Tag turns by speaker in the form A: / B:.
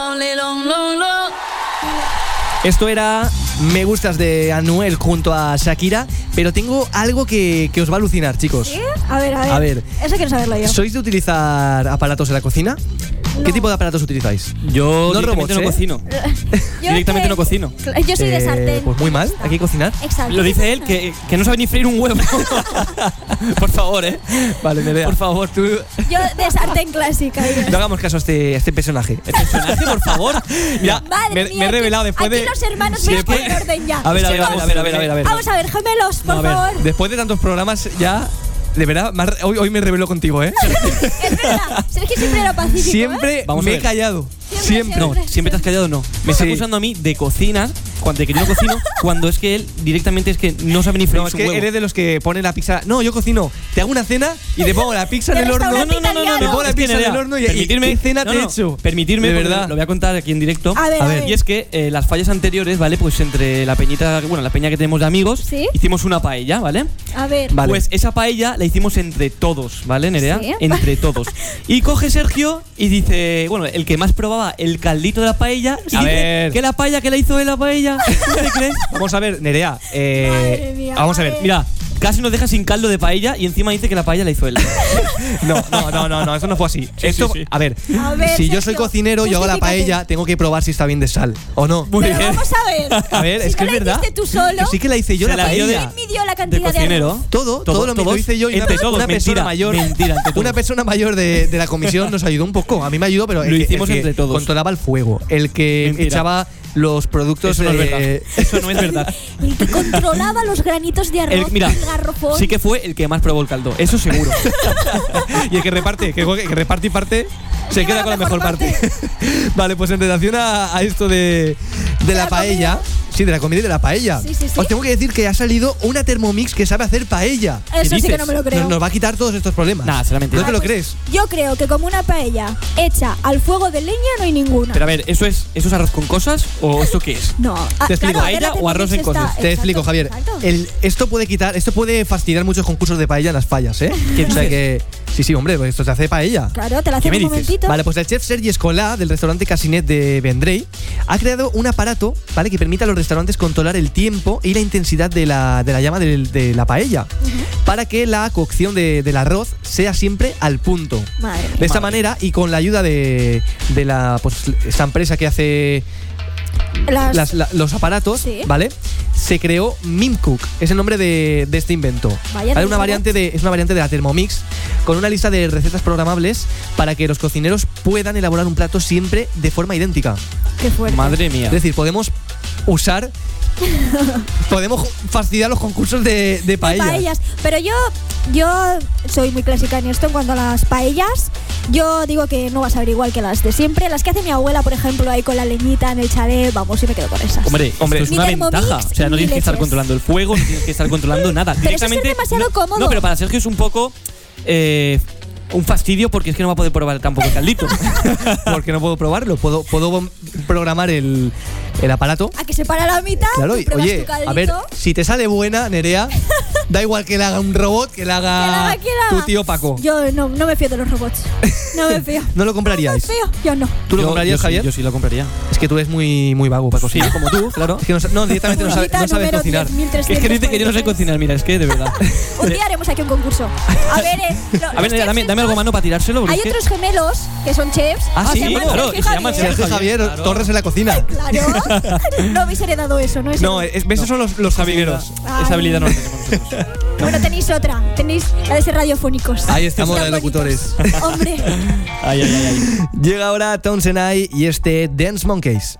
A: lonely, long, long, long.
B: Esto era Me Gustas de Anuel junto a Shakira, pero tengo algo que, que os va a alucinar, chicos.
C: ¿Qué? A ver, a ver.
B: A ver.
C: Eso quiero saberlo yo.
B: ¿Sois de utilizar aparatos en la cocina? ¿Qué tipo de aparatos utilizáis?
D: Yo
B: No
D: directamente
B: robots,
D: no
B: ¿eh?
D: cocino.
C: Yo
D: Directamente
C: que-
D: no cocino.
C: Cla- Yo soy
B: Eh,
C: de sartén. Eh.
B: Pues muy mal, hay que cocinar.
C: Exacto.
D: Lo dice él, que, que no sabe ni freír un huevo. Por favor, ¿eh?
B: Vale, Nerea.
D: Por favor, tú... Este
C: Yo de sartén clásica. yo.
B: No hagamos caso a este, a este personaje.
D: personaje, por favor. Mira,
C: Madre mía,
D: me, me he
C: aquí-
D: revelado después
C: aquí
D: de...
C: los hermanos voy a
D: después-
C: poner orden ya.
B: A ver, a ver, a ver, a ver, a ver, a ver, a ver.
C: Vamos a ver, gemelos, por
B: No, a ver,
C: favor.
B: después de tantos programas ya, de verdad, me ha re- hoy, hoy me reveló contigo, ¿eh?
C: Es verdad. Sergio siempre era pacífico.
B: siempre
D: Vamos a
B: me he
D: ver.
B: callado.
C: ¿eh? Siempre,
D: No, siempre te has callado, no. Me está
B: Sí.
D: acusando a mí de cocinar, cuando, de que yo no cocino, cuando es que él directamente es que no sabe ni freír
B: No, es
D: un
B: que
D: huevo.
B: eres de los que pone la pizza. No, yo cocino. Te hago una cena y te pongo la pizza en
C: De
B: el horno.
C: restaurante
B: Te
C: italiano.
B: pongo la
D: Es que,
B: pizza en
D: Nerea,
B: el horno y,
D: permitirme-
B: y ¿qué cena
D: no,
B: te he
D: no,
B: hecho.
D: Permitirme,
B: de
D: porque
B: verdad.
D: Lo voy a contar aquí en directo.
C: A ver, a ver.
D: Y es que eh, las fallas anteriores, ¿vale? Pues entre la peñita, bueno, la peña que tenemos de amigos,
C: Sí.
D: hicimos una paella, ¿vale?
C: A ver.
B: Vale.
D: Pues esa paella la hicimos entre todos, ¿vale, Nerea?
C: Sí.
D: Entre todos. Y coge Sergio y dice, bueno, el que más probaba el caldito de la paella, y
B: A
D: dice
B: ver.
D: que la paella que la hizo de la paella. ¿Tú te crees?
B: Vamos a ver, Nerea. eh,
C: Madre mía,
B: vamos a ver.
C: madre.
D: Mira, casi nos deja sin caldo de paella y encima dice que la paella la hizo él.
B: No, no, no, no, no, eso no fue así. Esto,
D: sí, sí.
B: A ver,
C: A ver,
B: si yo
C: Sergio,
B: soy cocinero y hago la
C: justifícate.
B: paella, tengo que probar si está bien de sal o no.
D: Muy
C: Pero vamos a ver.
B: A ver,
C: si
B: es
C: no
B: que
C: la
B: es verdad.
C: hiciste tú solo.
B: Que sí que la hice yo
D: Se
B: la,
D: la dio de-
B: paella.
C: ¿Quién midió la
D: De
C: cantidad de,
D: cocinero.
C: arroz?
B: Todo, todo, lo mismo
D: todos,
B: hice yo y una,
D: entre todos,
B: una persona
D: mentira,
B: mayor,
D: mentira, entre todos.
B: una persona mayor de, de la comisión nos ayudó un poco. A mí me ayudó, pero el
D: Lo
B: que- el
D: hicimos
B: que
D: entre todos.
B: Controlaba el fuego, el que
D: Mentira.
B: echaba los productos.
D: Eso no
B: eh,
D: es verdad. Eso no es verdad.
C: El que controlaba los granitos de arroz
D: El- mira,
C: del garrofón.
D: sí que fue el que más probó el caldo, eso seguro.
B: y el que reparte, que, que reparte y parte, se
C: Lleva
B: queda con la mejor parte. vale, pues en relación a, a esto de, de la,
C: la
B: paella.
C: comida?
B: Sí, de la comida y de la paella.
C: Sí, sí, sí.
B: Os tengo que decir que ha salido una Thermomix que sabe hacer paella.
C: Eso sí
D: dices?
C: que no me lo creo. pues,
B: Nos, nos va a quitar todos estos problemas.
D: Nah, será mentira.
B: ¿No te lo crees?
C: Yo creo que como una paella hecha al fuego de leña no hay ninguna.
D: Pero a ver, ¿eso es, ¿eso es arroz con cosas o esto qué es?
C: no, Ah,
B: Te explico.
C: claro,
D: ¿Paella
C: espérate,
D: o arroz
C: Netflix
D: en cosas?
C: está-
B: Te
C: exacto,
B: explico, Javier.
C: exacto.
B: El- esto puede quitar, esto puede fastidiar muchos concursos de paella en las fallas, ¿eh?
D: ¿Qué
B: o sea
D: dices?
B: que. Sí, sí, hombre, pues esto se hace paella.
C: Claro, te la
D: ¿Qué
C: hacen
D: me
C: un
D: dices?
C: momentito.
B: Vale, pues el chef Sergi Escolá del restaurante Casinet de Vendrell ha creado un aparato, ¿vale? Que permite a los restaurantes controlar el tiempo y la intensidad de la, de la llama del- de, la paella para que la cocción de- del arroz sea siempre al punto.
C: Madre mía.
B: De esta
D: Madre.
B: manera y con la ayuda de, de la, pues, esta empresa que hace
C: Las-
B: las- la- los aparatos,
C: Sí.
B: ¿vale? Se creó Mimcook, es el nombre de, de este invento. ¿Vale?
C: Vaya, ¿de
B: Una
C: verdad?
B: variante de, es una variante de la Thermomix con una lista de recetas programables para que los cocineros puedan elaborar un plato siempre de forma idéntica.
C: Qué fuerte.
D: Madre mía.
B: Es decir, podemos usar. podemos fastidiar los concursos de, de paella.
C: paellas. Pero yo, yo soy muy clásica en esto en cuanto a las paellas. Yo digo que no vas a ver igual que las de siempre. Las que hace mi abuela, por ejemplo, ahí con la leñita en el chalet, vamos, yo me quedo con esas.
D: Hombre, hombre, es
C: Ni
D: una
C: Thermomix,
D: ventaja. O sea, no
C: ni
D: tienes que estar
C: leches.
D: controlando el fuego, no tienes que estar controlando nada.
C: Pero eso es ser
D: Directamente.
C: demasiado
D: no,
C: cómodo.
D: No, pero para Sergio es un poco. eh, un fastidio porque es que no va a poder probar el campo con caldito.
B: Porque no puedo probarlo. Puedo, puedo programar el, el aparato.
C: A que se para la mitad,
B: Claro,
C: Ah, tú
B: y-
C: pruebas
B: oye,
C: tu
B: a
C: caldito.
B: ver, si te sale buena, Nerea, da igual que la haga un robot, que la haga,
C: Que la
D: Ah,
C: haga quien la
B: tu
C: haga.
B: tío Paco.
C: Yo no, no me fío de los robots. No me fío.
B: ¿No lo compraríais?
C: No me fío. Yo no.
B: ¿Tú lo
D: Yo-
B: comprarías,
D: yo sí,
B: Javier?
D: yo sí lo compraría.
B: Es que tú eres muy, muy vago para
D: Sí,
B: cocinar.
D: como tú, claro.
B: Es que no, sa- no, directamente no, sabe-
C: Brujita
B: no sabes
C: número
B: cocinar.
C: 10.343.
D: Es que dice que yo no sé cocinar, mira, es que de verdad.
C: Un día haremos aquí un concurso. A ver, eh, lo-
D: A
C: los
D: ver,
C: chefs
D: dame, dame
C: estos-
D: algo mano para tirárselo. porque
C: Hay
D: es que-
C: otros gemelos que son chefs.
D: Ah,
C: que
D: sí,
C: se llaman
D: claro,
C: Sergio
D: y se llaman
C: Javier.
D: Sergio
B: Sergio Javier
D: Javier, claro.
B: Torres en la cocina.
C: Claro. No habéis heredado eso, ¿no? Es
B: No,
D: eh,
B: es- esos son los, los jabigueros.
C: Ay.
D: Esa habilidad no la tenemos nosotros.
C: Bueno, tenéis otra. Tenéis la de ser radiofónicos.
B: Ahí estamos,
C: Tan
D: eh,
B: la de
C: bonitos. Hombre.
D: Ay, ay, ay, ay.
B: Llega ahora Townsend Eye y este Dance Monkeys.